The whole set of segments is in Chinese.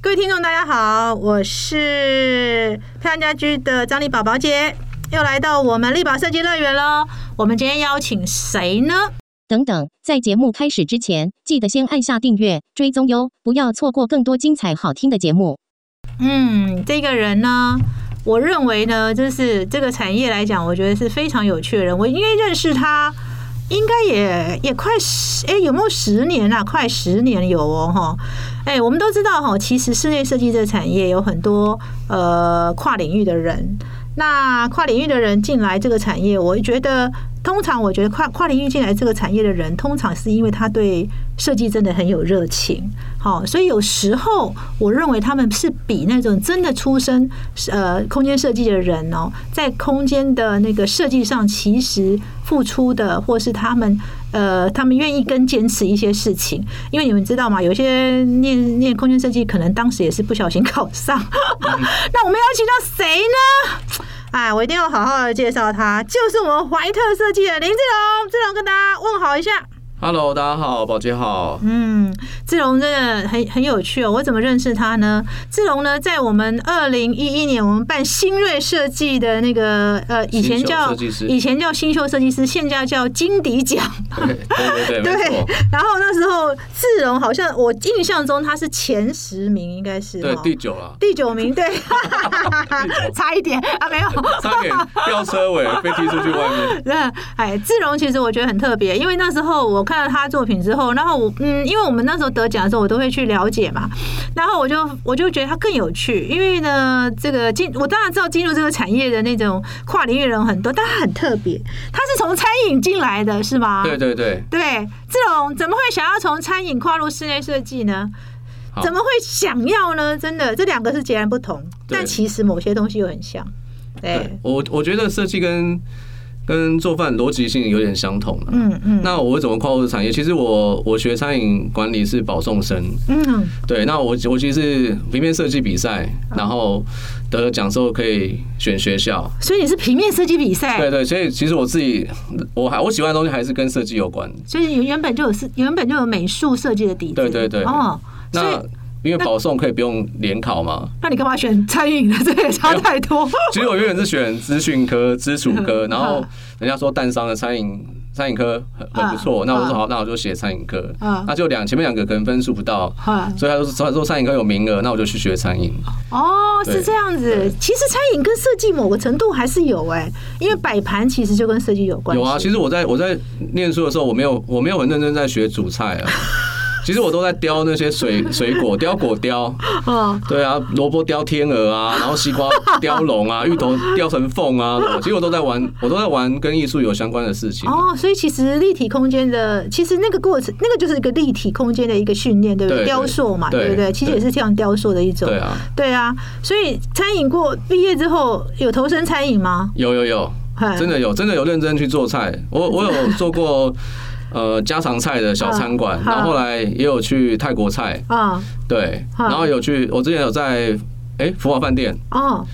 各位听众，大家好，我是漂亮家居的张丽宝宝姐，又来到我们丽宝设计乐园喽。我们今天邀请谁呢？等等，在节目开始之前，记得先按下订阅、追踪哟，不要错过更多精彩好听的节目。嗯，这个人呢，我认为呢，就是这个产业来讲，我觉得是非常有趣的人。我因为认识他，应该也也快十，哎、有没有十年啊？快十年有哦，哈。哎、我们都知道哈，其实室内设计这产业有很多呃跨领域的人。那跨领域的人进来这个产业，我觉得通常我觉得跨跨领域进来这个产业的人，通常是因为他对设计真的很有热情，好、所以有时候我认为他们是比那种真的出身呃空间设计的人哦，在空间的那个设计上，其实付出的或是他们呃他们愿意跟坚持一些事情，因为你们知道嘛，有些念念空间设计，可能当时也是不小心考上， 那我们邀请到谁呢？哎，我一定要好好的介绍他，就是我们怀特设计的林志龙，志龙跟大家问好一下。 Hello，大家好，宝姐好。嗯，志龙真的很很有趣哦。我怎么认识他呢？志龙呢，在我们二零一一年我们办新锐设计的那个呃，以前新秀叫设计师以前叫新秀设计师，现在叫金迪奖。对对对，没错，然后那时候志龙好像我印象中他是前十名，应该是对哦第九了，第九名，对， 差一点啊，没有。差点吊车尾被踢出去外 面。那哎，志荣其实我觉得很特别，因为那时候我看到他作品之后，然后我嗯，因为我们那时候得奖的时候，我都会去了解嘛，然后我就我就觉得他更有趣，因为呢，这个进我当然知道进入这个产业的那种跨领域人很多，但他很特别，他是从餐饮进来的是吗？对对对，对，志荣怎么会想要从餐饮跨入室内设计呢？好怎么会想要呢？真的，这两个是截然不同，对但其实某些东西又很像。对对，我我觉得设计跟跟做饭逻辑性有点相同了。嗯嗯那我怎么跨入产业？其实我我学餐饮管理是保送生，嗯，对，那我我其实是平面设计比赛，然后得了奖之后可以选学校，所以你是平面设计比赛，对对，所以其实我自己我还我喜欢的东西还是跟设计有关，所以原本就有是原本就有美术设计的底子。对对对哦，所那以因为保送可以不用联考嘛，那你干嘛选餐饮呢？这也差太多。 其实我原本是选资讯科、资属科，嗯然后人家说淡商的餐饮餐饮科很很不嗯错，那我说嗯好，那我就写餐饮科嗯，那就两前面两个可能分数不到嗯，所以他说他说餐饮科有名额，那我就去学餐饮。 哦，对是这样子对。其实餐饮跟设计某个程度还是有哎、因为摆盘其实就跟设计有关系。有啊，其实我在我在念书的时候，我没有我没有很认真在学煮菜 啊，其实我都在雕那些水水果，雕果雕，哦，对啊，萝卜雕天鹅啊，然后西瓜雕龙啊，芋头雕成凤啊，什么其实我都在玩，我都在玩跟艺术有相关的事情。哦，所以其实立体空间的，其实那个过程，那个就是一个立体空间的一个训练，对不对？对对雕塑嘛，对不对？对其实也是这样雕塑的一种。对啊，对啊，所以餐饮过毕业之后有投身餐饮吗？有有有嗨，真的有，真的有认真去做菜。我我有做过 呃家常菜的小餐馆嗯，然后后来也有去泰国菜，啊、对，嗯然后有去我之前有在哎福华饭店，哦，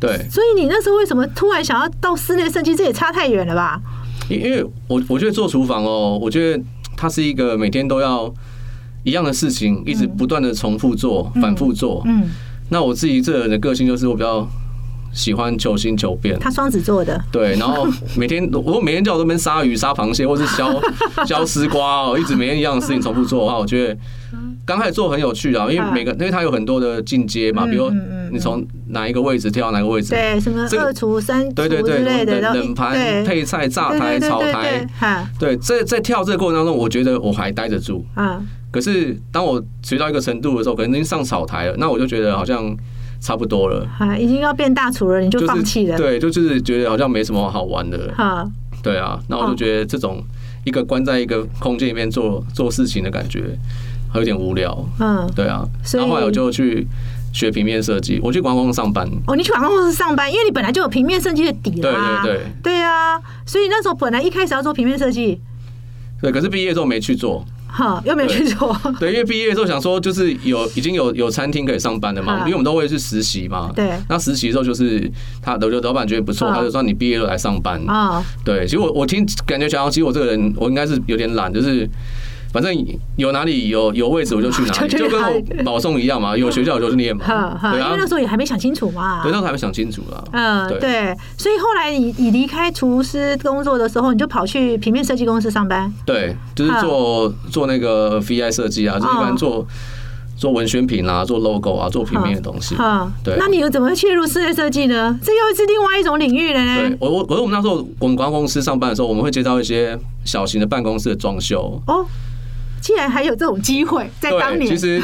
对，所以你那时候为什么突然想要到室内设计？这也差太远了吧？因因为我我觉得做厨房哦，我觉得它是一个每天都要一样的事情，一直不断的重复做、反复做。嗯，那我自己这个人的个性就是我比较喜欢求新求变，他双子座的，对，然后每天我每天叫我这边杀鱼、杀螃蟹，或是削削丝瓜哦，一直每天一样的事情重复做的话，我觉得刚开始做很有趣啊，因为每个因 为它有很多的进阶嗯嘛，比如你从哪一个位置跳到哪个位置，对，什么这个二厨、三厨对对之类对，的，冷然后冷盘、对配菜、炸台、对对对炒对台对，哈对，在在跳这个过程当中，我觉得我还待得住。啊，可是当我学到一个程度的时候，可能已经上草台了，那我就觉得好像差不多了，啊，已经要变大厨了，你就就放弃是了，对，就就是觉得好像没什么好玩的了。哈。对嗯啊，那我就觉得这种一个关在一个空间里面做做事情的感觉，还有点无聊。嗯，对啊，所以然后后来我就去学平面设计，我去广告公司上班。哦，你去广告公司上班，因为你本来就有平面设计的底对啦，对对对啊，所以那时候本来一开始要做平面设计，对，可是毕业之后没去哦做，哈，又没有去做， 对，因为毕业的时候想说，就是有已经有有餐厅可以上班了嘛啊，因为我们都会去实习嘛。对那实习的时候就是他，我觉得老板觉得不错，啊他就说你毕业了来上班。啊，对，其实我我听感觉起来，其实我这个人我应该是有点懒，就是反正有哪里有有位置我就去哪 就里，去就跟哪里我保送一样嘛，有学校我就去念嘛哈，哈，对因啊为，那时候也还没想清楚嘛。对，那时候还没想清楚啦。嗯，对对，所以后来你你离开厨师工作的时候，你就跑去平面设计公司上班。对，就是做做那个 VI 设计啊，就是一哦般做做文宣品啊，做 logo 啊，做平面的东西。嗯，对那你又怎么切入室内设计呢？这又是另外一种领域了对呢。我我我我们那时候我们广告公司上班的时候，我们会接到一些小型的办公室的装修。哦，竟然还有这种机会，在当对，年，其实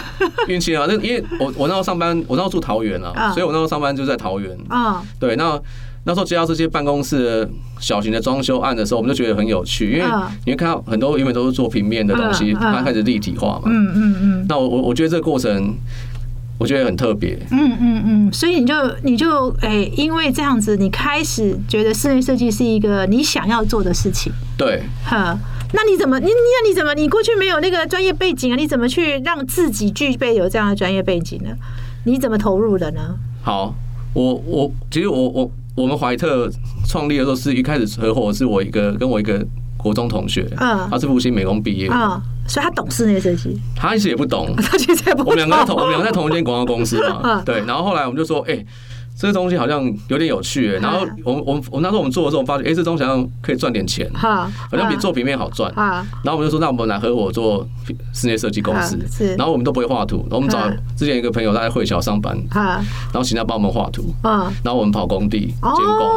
运气啊，那因为我我那时候上班，我那时候住桃园啊，嗯所以我那时候上班就在桃园。嗯，对，那那时候接到这些办公室的小型的装修案的时候，我们就觉得很有趣，因为嗯你会看到很多原本都是做平面的东西，嗯嗯它开始立体化嘛。嗯嗯嗯那我我我觉得这个过程，我觉得很特别。嗯嗯嗯，所以你就你就哎，因为这样子，你开始觉得室内设计是一个你想要做的事情。对，哼，那你怎么你你那你怎么你过去没有那个专业背景啊？你怎么去让自己具备有这样的专业背景呢？你怎么投入的呢？好，我我其实我我我们怀特创立的时候是一开始合伙，是我一个跟我一个国中同学，嗯他是复兴美工毕业，嗯，所以他懂室内设计，他一直也不懂， 他其实也不 我们两个在懂同我们两个在同一间广告公司 嘛嗯，对，然后后来我们就说，哎、这个东西好像有点有趣、欸然后嗯我们我们我们那时候我们做的时候，我们发觉，哎、这东西好像可以赚点钱，哈，好像比做平面好赚。啊然后我们就说，那我们来合伙做室内设计公司嗯是。然后我们都不会画图，然后我们找嗯之前一个朋友他在会小上班，啊然后请他帮我们画图，啊然后我们跑工地监工。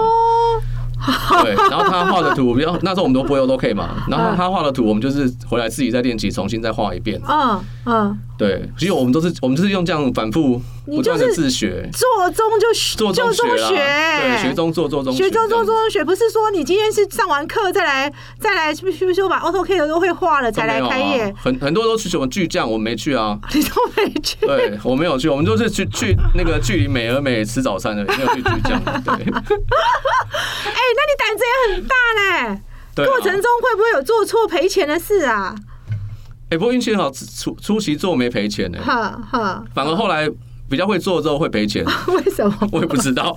哦，对，然后他画的图，比较那时候我们都不会 OK 嘛，然后他画的图，我们就是回来自己再练习，重新再画一遍。嗯嗯，对，其实我们都是我们就是用这样反复你不断就的是自学，做中就学做就中学中啦，学，对，学。中做做中学中这做样子中学，不是说你今天是上完课再来再来，是不是说把 AutoCAD 都会画了才来都没开有啊业？ 很很多都去什么巨匠，我没去啊，你都没去。对我没有去，我们就是去去那个距离美而美吃早餐的，没有去巨匠，对 哎、那你胆子也很大呢、对啊。过程中会不会有做错赔钱的事啊？哎，不过运气很好，初初期做没赔钱呢，哈哈，反而后来比较会做之后会赔钱，为什么我也不知道，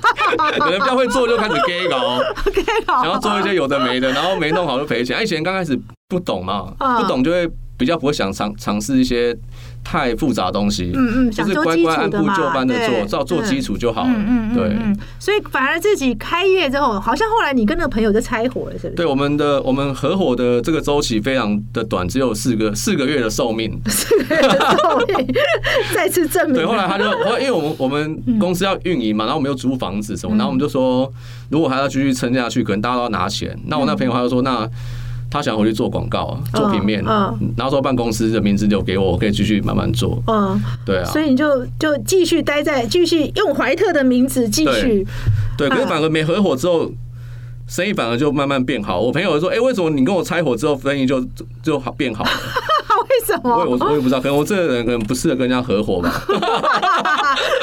可能比较会做就开始 gay 搞。哦 ？OK 想要好，做一些有的没的，然后没弄好就赔钱。哎以前刚开始不懂嘛，嗯不懂就会比较不会想尝尝试一些太复杂的东西，嗯嗯就想是做乖基乖础按的部嘛就班的对做，照做基础就好了。嗯嗯嗯对，嗯，所以反而自己开业之后，好像后来你跟那个朋友就拆伙了，是不是？ 对，我们的我们合伙的这个周期非常的短，只有四个四个月的寿命。再次证明。对，后来他就，后来因为我们我们公司要运营嘛，然后我们又租房子嗯什么，然后我们就说，如果还要继续撑下去，可能大家都要拿钱。那嗯我那朋友他就说，那他想回去做广告啊，哦做平面啊，然后说办公司的名字留给我，我可以继续慢慢做。嗯，对啊，所以你就就继续待在，继续用怀特的名字继续，嗯对，可是反而没合伙之后。生意反而就慢慢变好。我朋友就说：“哎、为什么你跟我拆伙之后，生意就就就好变好了？ 为什我也我么？我也不知道，可能我这个人可能不适合跟人家合伙吧。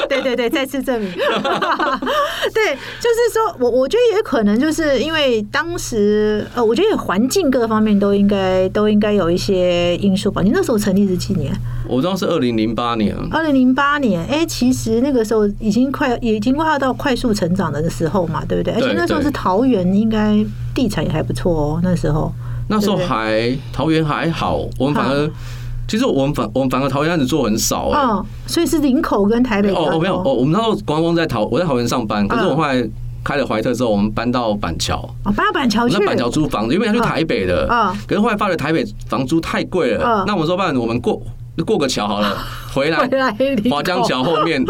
对对对，再次证明。 对，就是说我我觉得也可能就是因为当时呃，我觉得环境各方面都应该都应该有一些因素吧。你那时候成立是几年？我知道是二零零八年，啊二零零八年，哎、其实那个时候已经快已经快要到快速成长的时候嘛，对不对？而对且那时候对是桃园，应该地产也还不错哦，那时候。那时候对还桃园还好，我们反而其实我们反我们反而桃园案子做很少哎、嗯，所以是林口跟台北比较哦多。哦没有哦，我们那时候光光在桃我在桃园上班，可是嗯我后来开了怀特之后，我们搬到板桥。哦，八板桥我去们在。板桥租房子，因为要去台北的嗯，可是后来发觉台北房租太贵了嗯，那我们说，不然我们过过个桥好 了，回来回来林口华江桥后 面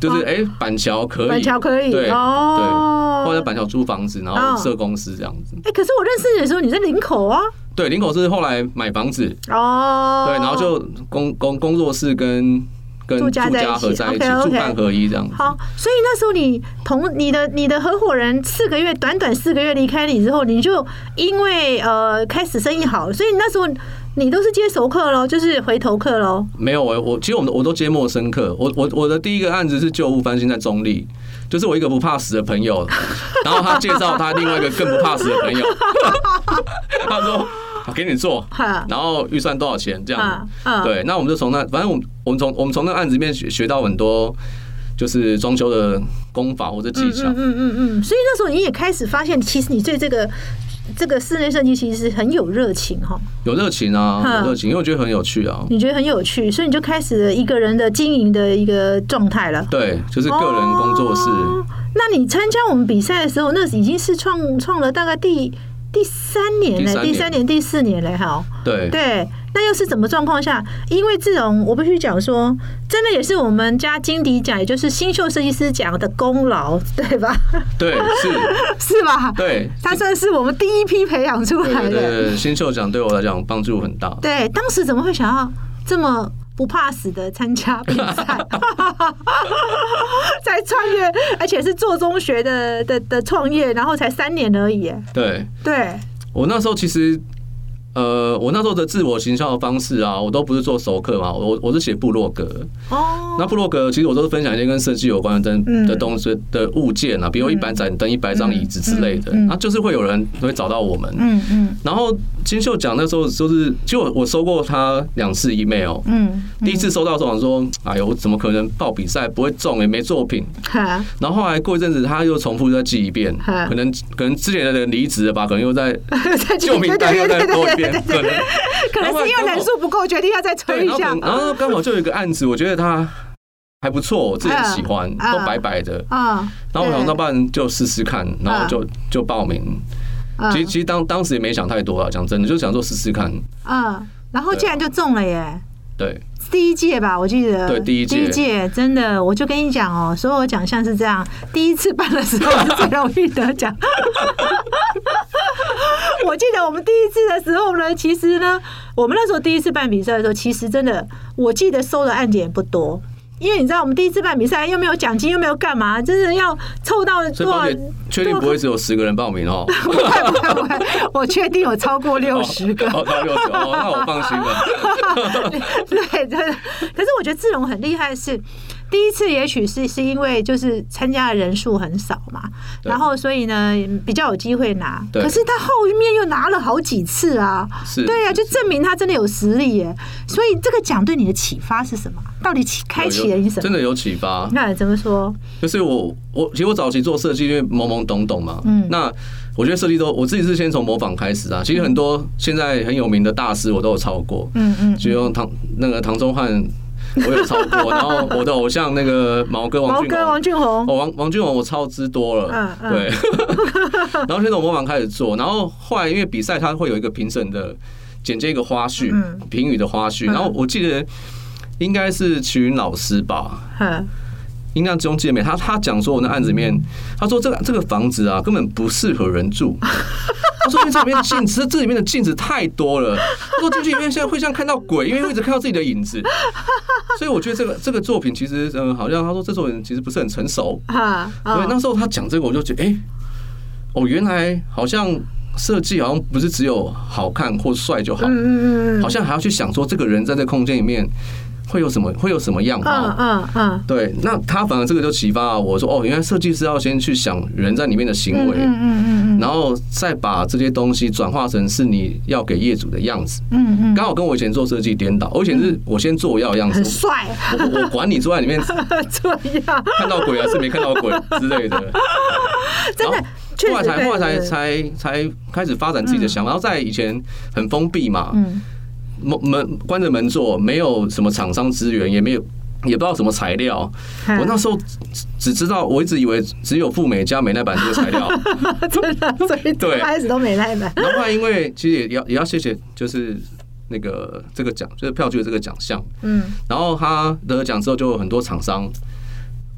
就是哎板桥可以，板桥可以对对，哦后来在板桥租房子，然后嗯设公司这样子。哎、可是我认识你的时候，你在林口啊。对，林口是后来买房子，哦。对，然后就工工工作室跟跟住住家在一家起合在一起， OK，OK 住办合一这样子。好，所以那时候你同你的你的合伙人四个月，短短四个月离开你之后，你就因为呃开始生意好，所以你那时候你都是接熟客喽，就是回头客喽。没有我我其实我们我都接陌生客，我我我的第一个案子是旧屋翻新在中立。就是我一个不怕死的 朋友，然后他介绍他另外一个更不怕死的朋友，他说：“我给你做，哈，然后预算多少钱？”这样嗯嗯，对，那我们就从那，反正我们我们从我们从那个案子里面学学到很多，就是装修的功法或者技巧嗯嗯。嗯嗯嗯，所以那时候你也开始发现，其实你对这个这个室内设计其实很有热情哈，有热情啊，嗯有热情，因为我觉得很有趣啊。你觉得很有趣，所以你就开始了一个人的经营的一个状态了。 对，就是个人工作室，哦那你参加我们比赛的时候，那已经是创创了大概第第三年了，第第三三年年、第四年了哈。对对，那又是怎么状况下？因为这种我必须讲说，真的也是我们家金迪奖，也就是新秀设计师奖的功劳，对吧？ 对是，是吧？ 对他算是我们第一批培养出对来对对的。对，新秀奖对我来讲帮助很大。对，当时怎么会想要这么不怕死的参加比赛， 在创业，而且是做中学的的的创业，然后才三年而已耶。对对，我那时候其实，呃，我那时候的自我行销的方式啊，我都不是做熟客嘛，我我是写部落格。哦，那部落格其实我都是分享一些跟设计有关的嗯灯的东西的物件啊，比如一百盏灯、一百张椅子之类的，嗯嗯嗯那就是会有人会找到我们。嗯嗯然后金秀奖那时候就是，其实我我收过他两次 email，嗯，第一次收到的时候想说，哎呦，我怎么可能报比赛不会中也没作品。哈，然后后来过一阵子他又重复再寄一遍，嗯可能可能之前的人离职了吧，可能又在再继续救命单又再多一遍对，对对对可能对可能是因为人数不够，决定要再催对，一然后下可能。然后刚好就有一个案子，我觉得他还不错，我自己很喜欢，嗯都白白的。啊，然后我想，对那不然就试试看，然后就就报名。嗯其实其实当当时也没想太多啊，讲真的，就想说试试看。嗯，然后竟然就中了耶！对，第一届吧，我记得。对第一届第一届真的，我就跟你讲哦，所有奖项是这样，第一次办的时候是最容易得奖。 我记得我们第一次的时候呢，其实呢，我们那时候第一次办比赛的时候，其实真的，我记得收的案件也不多。因为你知道，我们第一次办比赛又没有奖金，又没有干嘛，真的要凑到所以多少宝姐？确定不会只有十个人报名哦？不会不会不会，我确定有超过六十 个。哦，到六十哦，那我放心了。对，真的。可是我觉得志龙很厉害的是，第一次也许是是因为就是参加的人数很少嘛，对然后所以呢比较有机会拿。对可是他后面又拿了好几次啊，是对啊，是就证明他真的有实力耶。所以这个奖对你的启发是什么？到底启开启了你什真么？的有启发。那怎么说？就是我我其实我早期做设计，因为懵懵懂懂嘛，嗯那我觉得设计都我自己是先从模仿开始啊。其实很多现在很有名的大师，我都有抄过，嗯嗯，就用唐那个唐宗汉，我有抄 过，然后我的偶像那个毛哥毛王俊哥王宏。俊宏，哦，王王俊宏我抄之多了，嗯嗯对， 然后先从模仿开始做，然后后来因为比赛它会有一个评审的简介一个花絮嗯，评语的花絮，然后我记得应该是齐云老师吧，哼印象中记得没？他他讲说我那案子里面，他说这个这个房子啊根本不适合人住。 他说因为这里面镜子，这里面的镜子太多了。他说进去里面现在会像看到鬼，因为会一直看到自己的影子。所以我觉得这个这个作品其实嗯、呃好像他说这作品其实不是很成熟。哈，所以啊那时候他讲这个，我就觉得哎、诶哦，原来好像设计好像不是只有好看或帅就好，嗯嗯嗯好像还要去想说这个人在这空间里面会有什么会有什么样貌嗯。嗯嗯对，那他反而这个就启发了我说，哦，原来设计师要先去想人在里面的行为，嗯嗯嗯然后再把这些东西转化成是你要给业主的样子。嗯嗯，刚好跟我以前做设计颠倒，我以前是我先做我要的样子 很，帅，我我我管你坐在里面这样。看到鬼还是没看到鬼之类的。 真的然后确实后来才对后来对才才才开始发展自己的想法，然后在以前很封闭嘛，嗯门门关着门做，没有什么厂商资源，也没有也不知道什么材料。嗯我那时候只只知道，我一直以为只有富美加美耐版这个材料。真的，所以对开始都没那 本。然后后来因为其实也也要也要谢谢，就是那个这个奖，就是票据的这个奖项。嗯然后他得了奖之后，就有很多厂商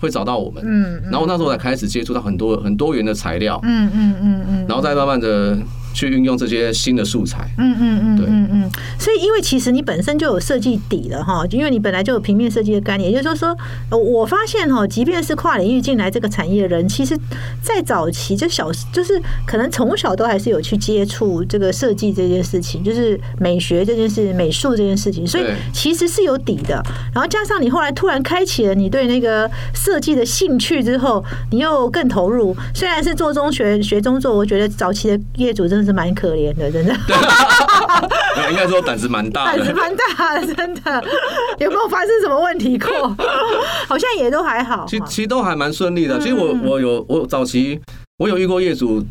会找到我们。嗯然后那时候才开始接触到很多很多元的材料，嗯嗯嗯嗯然后再慢慢的去运用这些新的素材。嗯嗯嗯对嗯嗯。所以，因为其实你本身就有设计底了哈，因为你本来就有平面设计的概念，也就是说，呃我发现哈，即便是跨领域进来这个产业的人，其实，在早期就小就是可能从小都还是有去接触这个设计这件事情，就是美学这件事、美术这件事情，所以对其实是有底的。然后加上你后来突然开启了你对那个设计的兴趣之后，你又更投入。虽然是做中学学中做，我觉得早期的业主真的是蛮可怜的，真的。没有应该说胆子蛮大胆子的。蛮大的，真的。有没有发生什么问题过？ 好像也都还好。嗯其其实都还蛮顺利的。其实我我有我早期我有遇过业主，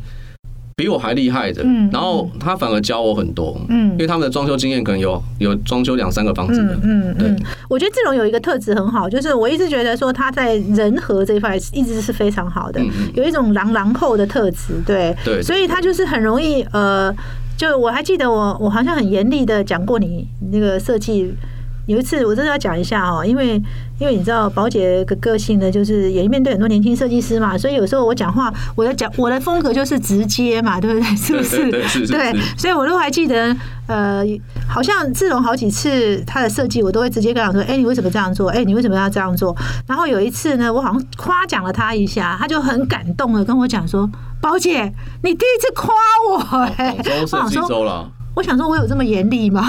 比我还厉害的嗯，然后他反而教我很多，嗯因为他们的装修经验可能有有装修两三个房子的，嗯嗯对嗯，我觉得志荣有一个特质很好，就是我一直觉得说他在人和这一块一直是非常好的，嗯嗯有一种狼狼后的特质，对，对所以他就是很容易呃，就我还记得我我好像很严厉的讲过你那个设计。有一次，我真的要讲一下哦，因为因为你知道宝姐的个性呢，就是也面对很多年轻设计师嘛，所以有时候我讲话，我的讲我的风格就是直接嘛，对不对？是不是？对对对是是对是所以我都还记得，呃，好像志荣好几次他的设计，我都会直接跟他说：“哎、你为什么这样做？哎、你为什么要这样做？”然后有一次呢，我好像夸奖了他一下，他就很感动的跟我讲说：“宝姐，你第一次夸我、哎广，州哦设我想计说，周啦，我想说，我有这么严厉吗？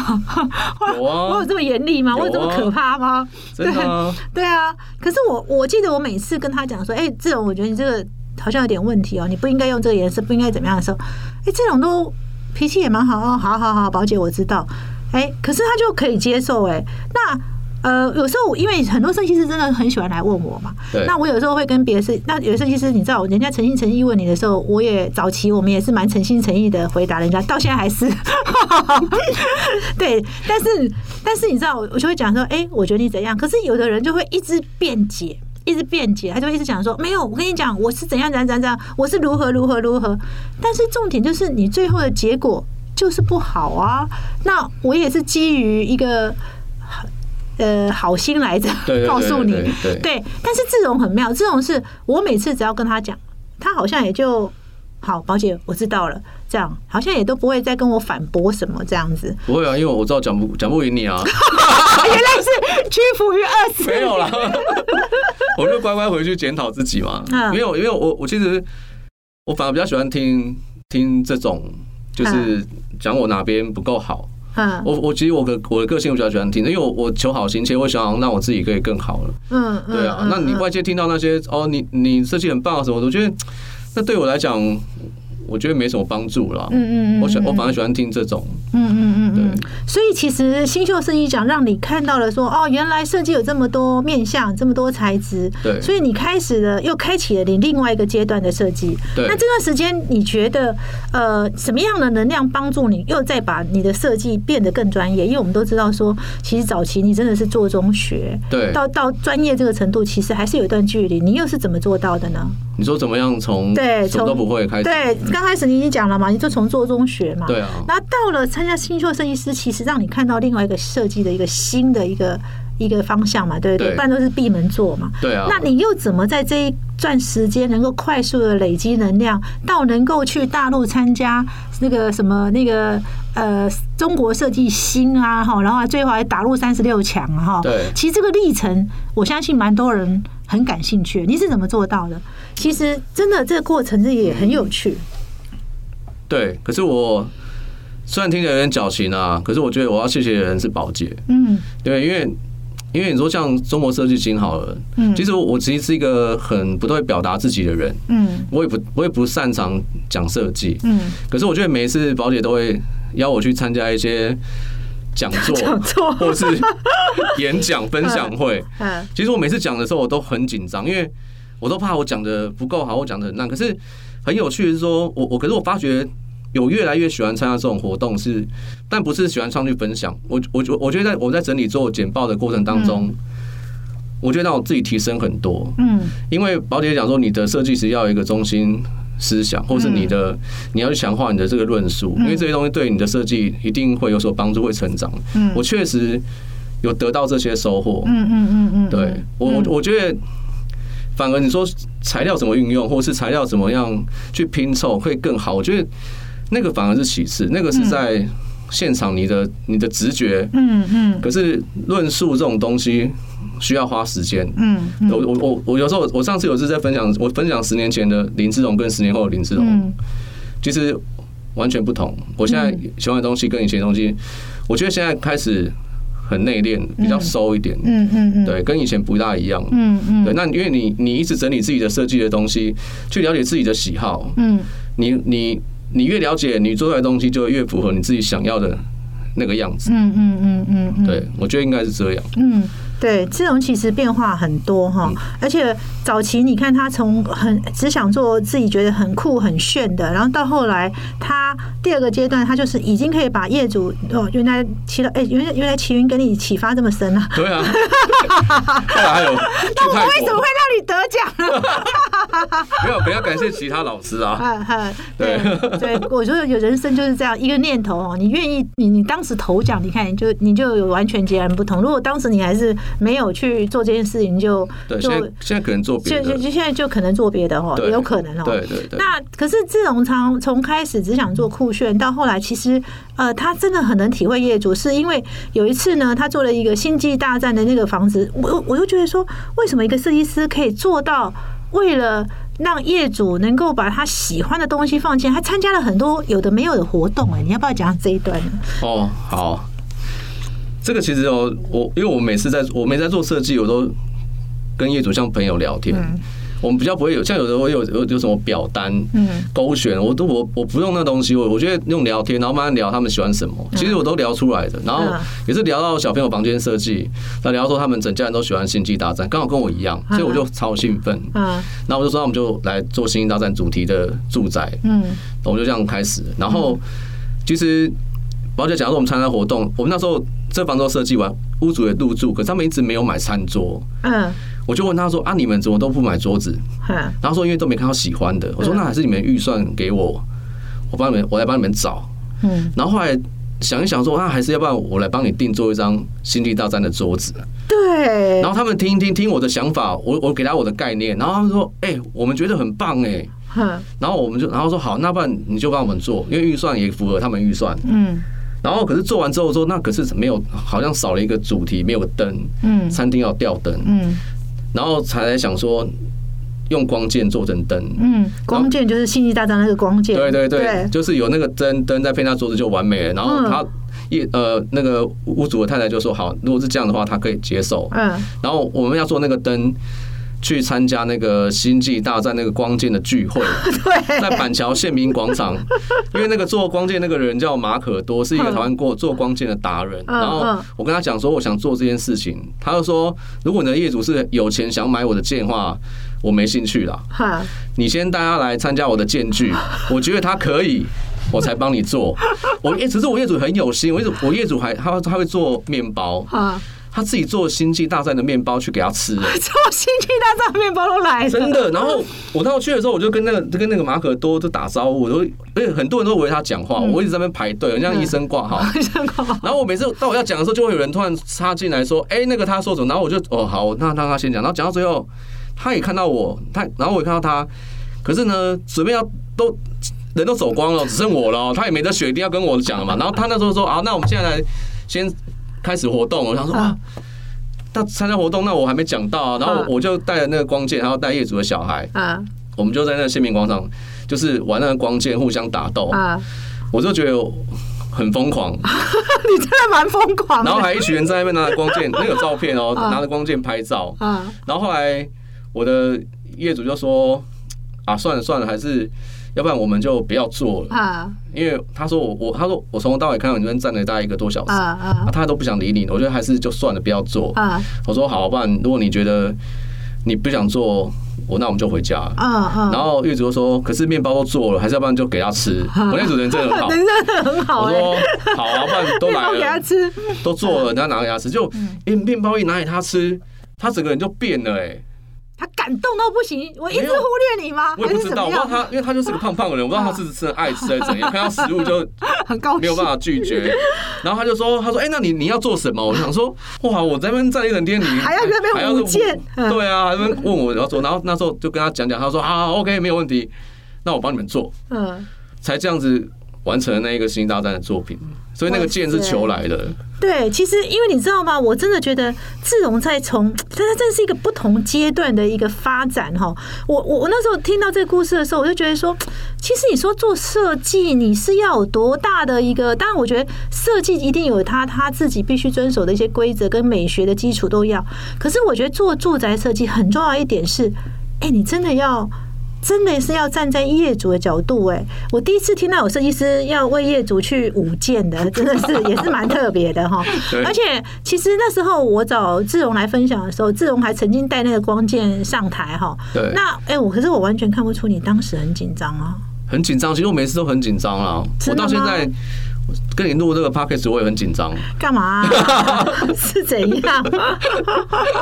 有啊 我有这么严厉吗？我有这么有啊可怕吗？真的啊、对啊，可是我我记得我每次跟他讲说，哎、志荣，我觉得你这个好像有点问题哦，你不应该用这个颜色，不应该怎么样的时候，哎、志荣都脾气也蛮好哦，好好好，宝姐我知道，哎、可是他就可以接受、哎，那。呃，有时候因为很多设计师真的很喜欢来问我嘛，对那我有时候会跟别的设，那有的设计师你知道，人家诚心诚意问你的时候，我也早期我们也是蛮诚心诚意的回答人家，到现在还是，对，但是但是你知道，我就会讲说，哎、我觉得你怎样？可是有的人就会一直辩解，一直辩解，他就一直讲说，没有，我跟你讲，我是怎样怎样怎样怎样，我是如何如何如何。但是重点就是你最后的结果就是不好啊。那我也是基于一个。呃，好心来着，对对对告诉你对对对对，但是志荣很妙，志荣是我每次只要跟他讲，他好像也就好，宝姐我知道了，这样好像也都不会再跟我反驳什么这样子。不会啊，因为我知道讲不讲不赢你啊，原来是屈服于二十，没有啦， 我就乖乖回去检讨自己嘛。嗯没有，因为我我其实我反而比较喜欢听听这种，就是讲我哪边不够好。嗯我我其实我的我的个性我比较喜欢听的，因为我我求好心切，我想让我自己可以更好了。嗯，嗯对啊，那你外界听到那些哦，你你设计很棒啊什么的，我觉得那对我来讲，我觉得没什么帮助啦。嗯嗯嗯我喜我反而喜欢听这种，嗯嗯嗯对嗯，所以其实新秀设计奖让你看到了说，哦，原来设计有这么多面向，这么多材质，对所以你开始了，又开启了你另外一个阶段的设计。对那这段时间你觉得，呃，什么样的能量帮助你又再把你的设计变得更专业？因为我们都知道说，其实早期你真的是做中学，对到到专业这个程度，其实还是有一段距离。你又是怎么做到的呢？你说怎么样从对，什从么都不会开始？嗯对，刚开始你已经讲了嘛，你就从做中学嘛。对啊那到了参加新秀设计师，其实让你看到另外一个设计的一个新的一个一个方向嘛，对不对？对不然都是闭门做嘛。对啊那你又怎么在这一段时间能够快速的累积能量，到能够去大陆参加那个什么那个呃中国设计新啊哈，然后还最后还打入三十六强啊哈。对其实这个历程，我相信蛮多人很感兴趣。你是怎么做到的？其实真的这个过程这也很有趣。对，可是我虽然听起来有点矫情啊，可是我觉得我要谢谢的人是宝洁，嗯对，因为因为你说像中国设计精好了，嗯其实我我其实是一个很不太会表达自己的人，嗯我也不我也不擅长讲设计，嗯，可是我觉得每一次宝姐都会邀我去参加一些 讲讲座座，或是演讲分享会， 嗯其实我每次讲的时候，我都很紧张，因为我都怕我讲的不够好，我讲的很烂。可是很有趣的是说，我我可是我发觉有越来越喜欢参加这种活动是，但不是喜欢上去分享。我我我我觉得在我在整理做简报的过程当中，我觉得让我自己提升很多。嗯因为宝姐讲说，你的设计师要有一个中心思想，嗯或是你的、你要去强化你的这个论述，因为这些东西对你的设计一定会有所帮助，会成长。嗯我确实有得到这些收获。嗯嗯嗯嗯，对我，我我觉得，反而你说材料怎么运用，或是材料怎么样去拼凑会更好，我觉得那个反而是其次，那个是在现场你的你的直觉，嗯嗯可是论述这种东西需要花时间。嗯嗯我我我我有时候我上次有次在分享，我分享十年前的林志荣跟十年后的林志荣，嗯其实完全不同。我现在喜欢的东西跟以前的东西，我觉得现在开始很内敛，比较收一点，嗯嗯嗯，对，跟以前不大一样。嗯嗯对，那因为你你一直整理自己的设计的东西，去了解自己的喜好，嗯你你你越了解，你做出来的东西就会越符合你自己想要的那个样子。嗯嗯嗯嗯嗯，对，我觉得应该是这样。嗯，对，这种其实变化很多哈，而且早期你看他从很只想做自己觉得很酷很炫的，然后到后来他第二个阶段，他就是已经可以把业主哦，原来齐了，哎、原来原来齐云跟你启发这么深啊， 对啊，后来还有去泰我为什么国会，让你得奖呢？没有，不要感谢其他老师 啊。哈哈，对对，我觉得有人生就是这样一个念头哦，你愿意，你你当时投奖，你看你就你就有完全截然不同。如果当时你还是没有去做这件事情，就对，就现在现在可能做别就的就，现在就可能做别的哦，对也有可能哦。对对对那可是志荣从从开始只想做酷炫，到后来其实呃，他真的很能体会业主，是因为有一次呢，他做了一个星际大战的那个房子，我我就觉得说，为什么一个设计师可以做到为了。让业主能够把他喜欢的东西放进来，他参加了很多有的没有的活动、哎，你要不要讲这一段呢？哦，好，这个其实哦，我因为我每次在我没在做设计，我都跟业主像朋友聊天。嗯我们比较不会有像有的我有有有什么表单，嗯，勾选我都我我不用那东西，我我觉得用聊天，然后慢慢聊他们喜欢什么，其实我都聊出来的，然后嗯也是聊到小朋友房间设计，那聊到说他们整家人都喜欢星际大战，刚好跟我一样，所以我就超兴奋，嗯那我就说，那我们就来做《星际大战》主题的住宅，嗯我们就这样开始。然后其实宝姐讲说，我们参加活动，我们那时候这房子都设计完，屋主也入住，可是他们一直没有买餐桌。嗯我就问他说：“啊，你们怎么都不买桌子嗯？”然后说：“因为都没看到喜欢的。”我说：“嗯那还是你们预算给我，我帮你们，我来帮你们找。嗯，”然后后来想一想说：“那还是要不然我来帮你定做一张《星际大战》的桌子。”对然，后他们听一听，听我的想法，我我给他我的概念，然后他们说：“哎，我们觉得很棒哎、嗯然后我们就，然后说好，那不然你就帮我们做，因为预算也符合他们预算。嗯然后可是做完之后说，那可是没有，好像少了一个主题，没有灯，嗯餐厅要吊灯，嗯。然后才想说用光剑做成灯。嗯，光剑就是《星际大战》那个光剑。对对对，就是有那个灯灯再配那桌子就完嗯美了。然后他一呃那个屋主的太太就说好，如果是这样的话，他可以接受。嗯然后我们要做那个灯。去参加那个星际大战那个光剑的聚会，对，在板桥县民广 场，因为那个做光剑那个人叫马可多，是一个台湾过做光剑的达人。嗯然后嗯我跟他讲说我想做这件事情，他就说如果你的业主是有钱想买我的剑的话，我没兴趣啦。哈，你先大家来参加我的剑 剧，我觉得他可以。我才帮你做，我诶，只是我业主很有心，我业主我业主还他他会做面包，啊，他自己做星际大战的面包去给他吃、 诶这我《星际大战》面包都来了。真的。然后我到去的时候，我就跟那个跟那个马可多就打招呼，我都而且很多人都围着他讲话，我一直在那边排队，很像医生挂号。 然后我每次到我要讲的时候，就会有人突然插进来说：“哎、那个他说什么？”然后我就哦好，那让他先讲。然后讲到最后，他也看到我，他然后我也看到他，可是呢，准备要都。人都走光了，只剩我了，他也没得选，一定要跟我讲了嘛。然后他那时候说：“啊，那我们现在来先开始活动。”我想说：“啊，那参加活动，那我还没讲到啊。”然后我就带了那个光剑，还有带业主的小孩，啊我们就在那个县民广场，就是玩那个光剑，互相打斗，啊，我就觉得很疯狂。 你真的蛮疯 狂的。然后还一群人在那边拿着光剑，那有照 片哦，嗯拿着光剑拍照。啊，然后后来我的业主就说：“啊，算了算了，还是要不然我们就不要做了。啊”因为他说我我他说我从头到尾看到你这边站了大概一个多小时，啊啊，啊他都不想理你，我觉得还是就算了，不要做。啊我说好，不然如果你觉得你不想做，我那我们就回家。啊啊！然后业主就说：“可是面包都做了，还是要不然就给他吃。”我那主人真的很好，人 真的很好我哎，说：“好啊，不然都 面来包给他了，吃，都做嗯了，然后拿给他吃。”就诶，面包一拿给他吃，他整个人就变了哎，他感动到不行。我一直忽略你吗？我也还啊不是知怎道，么我不知道样？啊他，因为他就是个胖胖的人，我不知道他是真的爱吃还是怎 样，看到食物就很高没有兴办。法拒哦绝。然后他就说：“他说，哎、那你你要做什么？”我想说：“哇，我在那边站一整天，你还要在那边还要舞剑嗯对啊，还在那边问我要做。”然后那时候就跟他讲讲，他说：“啊，OK，没有问题，那我帮你们做。”嗯，才这样子完成了那一个《星际大战》的作品。所以那个剑是求来的，对，其实因为你知道吗？我真的觉得志荣在从，但他真的是一个不同阶段的一个发展哈。我我我那时候听到这个故事的时候，我就觉得说，其实你说做设计，你是要有多大的一个？当然，我觉得设计一定有他他自己必须遵守的一些规则跟美学的基础都要。可是我觉得做住宅设计很重要一点是，哎，你真的要。真的是要站在业主的角度哎、我第一次听到有设计师要为业主去舞剑的， 真的是 也是蛮特别的哈对。而且其实那时候我找志荣来分享的时候，志荣还曾经带那个光剑上台哈。对那哎、我可是我完全看不出你当时很紧张啊。很紧张。其实我每次都很紧张啦，我真的吗到现在跟你录这个 podcast 我也很紧张。干嘛、 啊？ 是怎样？啊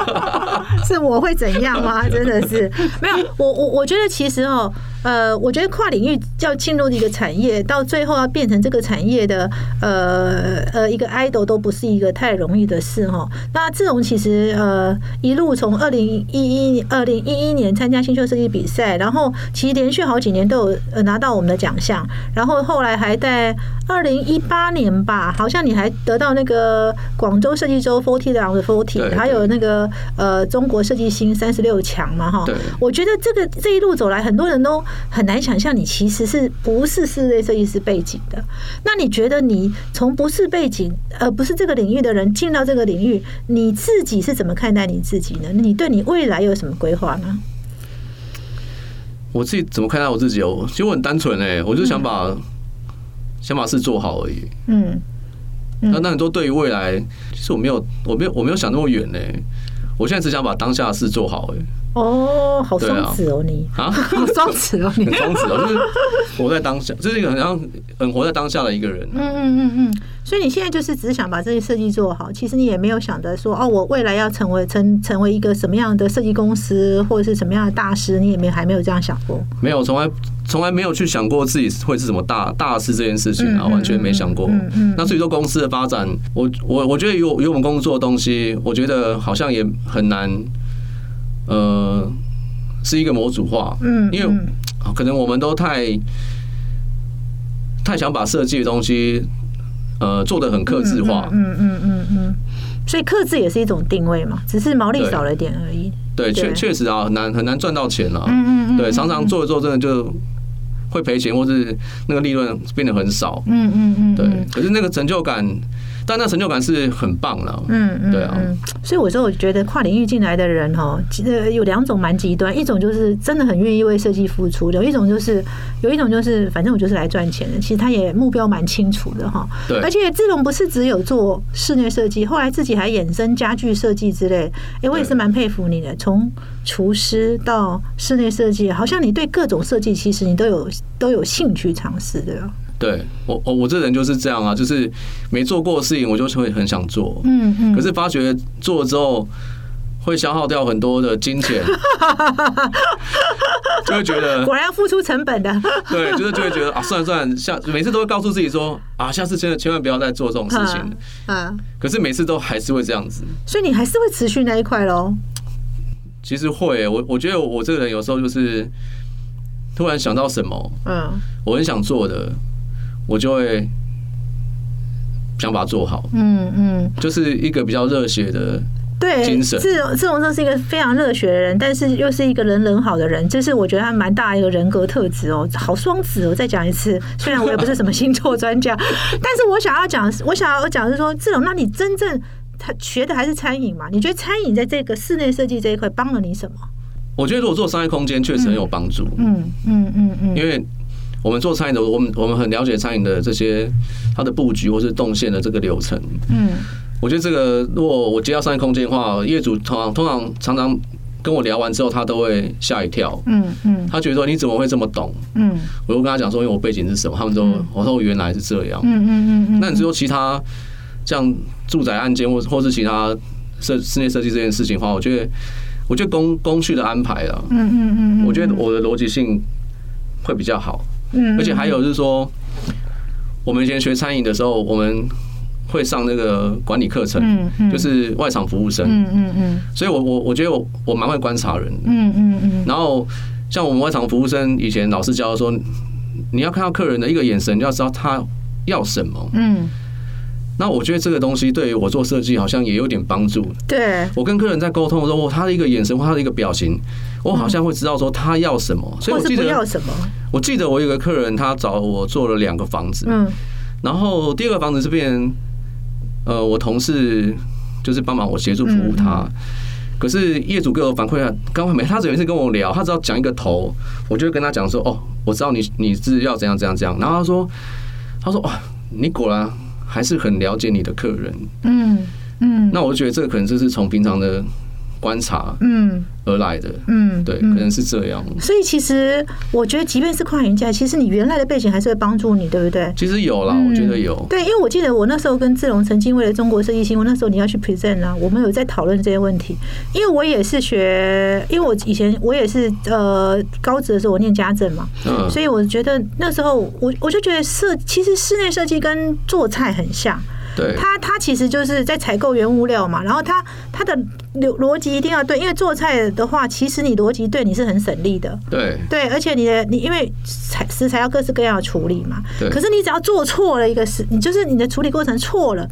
是我会怎样 吗？真的是没有我我我觉得其实哦，呃，我觉得跨领域要进入一个产业，到最后要变成这个产业的呃呃一个 idol 都不是一个太容易的事哦。那志荣其实呃一路从二零一一二零一一年参加新秀设计比赛，然后其实连续好几年都有呃拿到我们的奖项，然后后来还在二零一八年吧，好像你还得到那个广州设计周 Forty 的 Round 对 Forty，对还有那个呃中国设计新三十六强嘛哈对。我觉得这个这一路走来，很多人都很难想象你其实是不是室内设计师背景的。那你觉得你从不是背景呃不是这个领域的人进到这个领域，你自己是怎么看待你自己呢？你对你未来有什么规划呢？我自己怎么看待我自己哦？其实我很单纯哎、我就想把、想把事做好而已。嗯那那很多对于未来，其实我没有，我没有，我没有想那么远呢、欸我现在只想把当下的事做好、欸，哦，好对啊双子哦 你。 啊，好双子哦，你很松弛哦，就是活在当下，就是一个很像很活在当下的一个人。嗯嗯嗯嗯，所以你现在就是只是想把这些设计做好，其实你也没有想着说哦，我未来要成为成成为一个什么样的设计公司或者是什么样的大师，你也没还没有这样想过。没有，从来从来没有去想过自己会是什么大大事这件事情嗯啊，完全没想过。那至于说公司的发展，我我我觉得有有我们工作的东西，我觉得好像也很难，呃，是一个模组化。嗯因为嗯啊可能我们都太太想把设计的东西，呃，做的很克制化。嗯嗯嗯嗯，所以克制也是一种定位嘛，只是毛利少了一点而已。对，确对确实啊，很难很难赚到钱啊。嗯嗯嗯对，常常做一做，真的就会赔钱，或是那个利润变得很少。嗯嗯嗯，对，可是那个成就感，但那成就感是很棒了。嗯嗯，对啊嗯，所以我说，我觉得跨领域进来的人哦，其呃，有两种蛮极端，一种就是真的很愿意为设计付出的，有一种就是有一种就是反正我就是来赚钱的，其实他也目标蛮清楚的哈。对而且志龙不是只有做室内设计，后来自己还衍生家具设计之类，哎、我也是蛮佩服你的，从厨师到室内设计，好像你对各种设计其实你都有都有兴趣尝试的。对我我我这人就是这样啊，就是没做过的事情，我就是会很想做。嗯嗯，可是发觉做了之后，会消耗掉很多的金钱， 就会觉得果然要付出成 本的。对，就是就会觉得啊，算了算了，下每次都会告诉自己说啊，下次真的千万不要再做这种事情了。 啊，可是每次都还是会这样子。所以你还是会持续那一块喽。其实会、我我觉得我这个人有时候就是突然想到什么，嗯我很想做的，我就会想把它做好，嗯嗯，就是一个比较热血的。对，精神志荣志荣真是一个非常热血的人，但是又是一个人人好的人，这是我觉得他蛮大一个人格特质哦，好双子哦。再讲一 次，虽然我也不是什么星座专家， 但是我想要讲，我想要讲的是说，志荣，那你真正他学的还是餐饮嘛？你觉得餐饮在这个室内设计这一块帮了你什么？我觉得如果做商业空间确实很有帮助，嗯嗯嗯嗯，因为我们做餐饮的，我们我们很了解餐饮的这些它的布局或是动线的这个流程。嗯，我觉得这个如果我接到商业空间的话，业主通常通常常常跟我聊完之后，他都会吓一跳，嗯嗯他觉得说你怎么会这么懂？嗯我就跟他讲说，因为我背景是什么，他们都我说哦原来是这样。嗯嗯嗯那你说其他像住宅案件或或是其他设室内设计这件事情的话，我觉得我觉得工工序的安排啦，嗯嗯嗯我觉得我的逻辑性会比较好，嗯而且还有就是说，我们以前学餐饮的时候，我们会上那个管理课程嗯，就是外场服务生，嗯嗯嗯所以我我我觉得我我蛮会观察人的，嗯嗯嗯然后像我们外场服务生以前老师教说，你要看到客人的一个眼神，你要知道他要什么。嗯，那我觉得这个东西对于我做设计好像也有点帮助。对。我跟客人在沟通的时候，我他的一个眼神或他的一个表情，我好像会知道说他要什么。所以嗯或是我记不要得，什么，我记得我有个客人，他找我做了两个房子，嗯然后第二个房嗯子这边，呃，我同事就是帮忙我协助服务他。可是业主给我反馈啊，刚刚没他只有一次跟我聊，他只要讲一个头，我就会跟他讲说，哦，我知道你你是要怎样怎样怎样。然后他说，他说，哦，你果然还是很了解你的客人。嗯嗯那我就觉得这个可能就是从平常的观察嗯而来的，嗯，对，可嗯能是这样。所以其实我觉得，即便是跨年假，其实你原来的背景还是会帮助你，对不对？其实有嗯啦，我觉得有。对，因为我记得我那时候跟志龙曾经为了中国设计新闻，那时候你要去 present 啊，我们有在讨论这些问题。因为我也是学，因为我以前我也是呃高职的时候我念家政嘛，嗯所以我觉得那时候我我就觉得设其实室内设计跟做菜很像，对，它它其实就是在采购原物料嘛，然后它它的逻逻辑一定要对，因为做菜的话，其实你逻辑对你是很省力的。对，对，而且你的你因为材食材要各式各样的处理嘛，对可是你只要做错了一个食，你就是你的处理过程错了，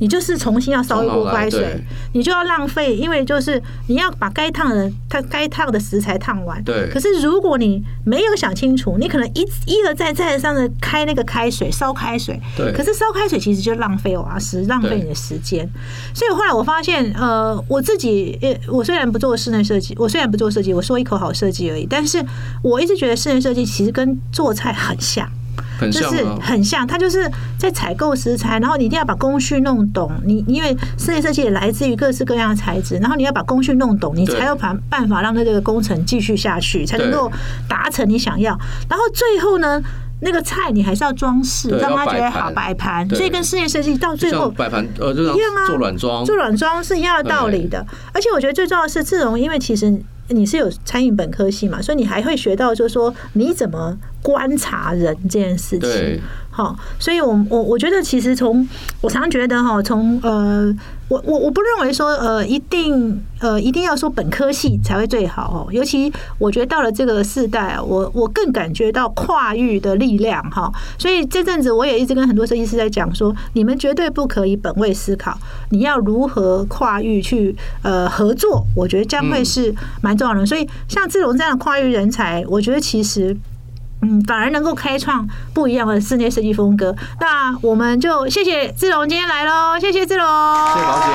你就是重新要烧一重锅来开水对，你就要浪费，因为就是你要把该烫的它该烫的食材烫完。对可是如果你没有想清楚，你可能一一而再再而三的开那个开水烧开水，对可是烧开水其实就浪费瓦斯，浪费对你的时间。所以后来我发现，呃，我自己，呃，我虽然不做室内设计，我虽然不做设计，我说一口好设计而已，但是我一直觉得室内设计其实跟做菜很像。很就像是啊。很像，它就是在采购食材，然后你一定要把工序弄懂。你因为室内设计也来自于各式各样的材质，然后你要把工序弄懂，你对才有办办法让这个工程继续下去，才能够达成你想要。然后最后呢，那个菜你还是要装饰，对让它觉要得摆好盘摆盘。对所以跟室内设计到就最后像摆盘，呃，就像一样啊，做软装，做软装是一样的道理的。而且我觉得最重要的是，志荣，因为其实你是有餐饮本科系嘛，所以你还会学到，就是说你怎么观察人这件事情对。好，所以我我我觉得其实从我常觉得哈，从呃，我我我不认为说呃一定呃一定要说本科系才会最好哦，尤其我觉得到了这个世代啊，我我更感觉到跨域的力量哈，所以这阵子我也一直跟很多设计师在讲说，你们绝对不可以本位思考，你要如何跨域去呃合作，我觉得将会嗯是蛮重要的。所以像志龙这样的跨域人才，我觉得其实。嗯，反而能够开创不一样的室内设计风格。那我们就谢谢志龙今天来喽，谢谢志龙，谢谢宝姐。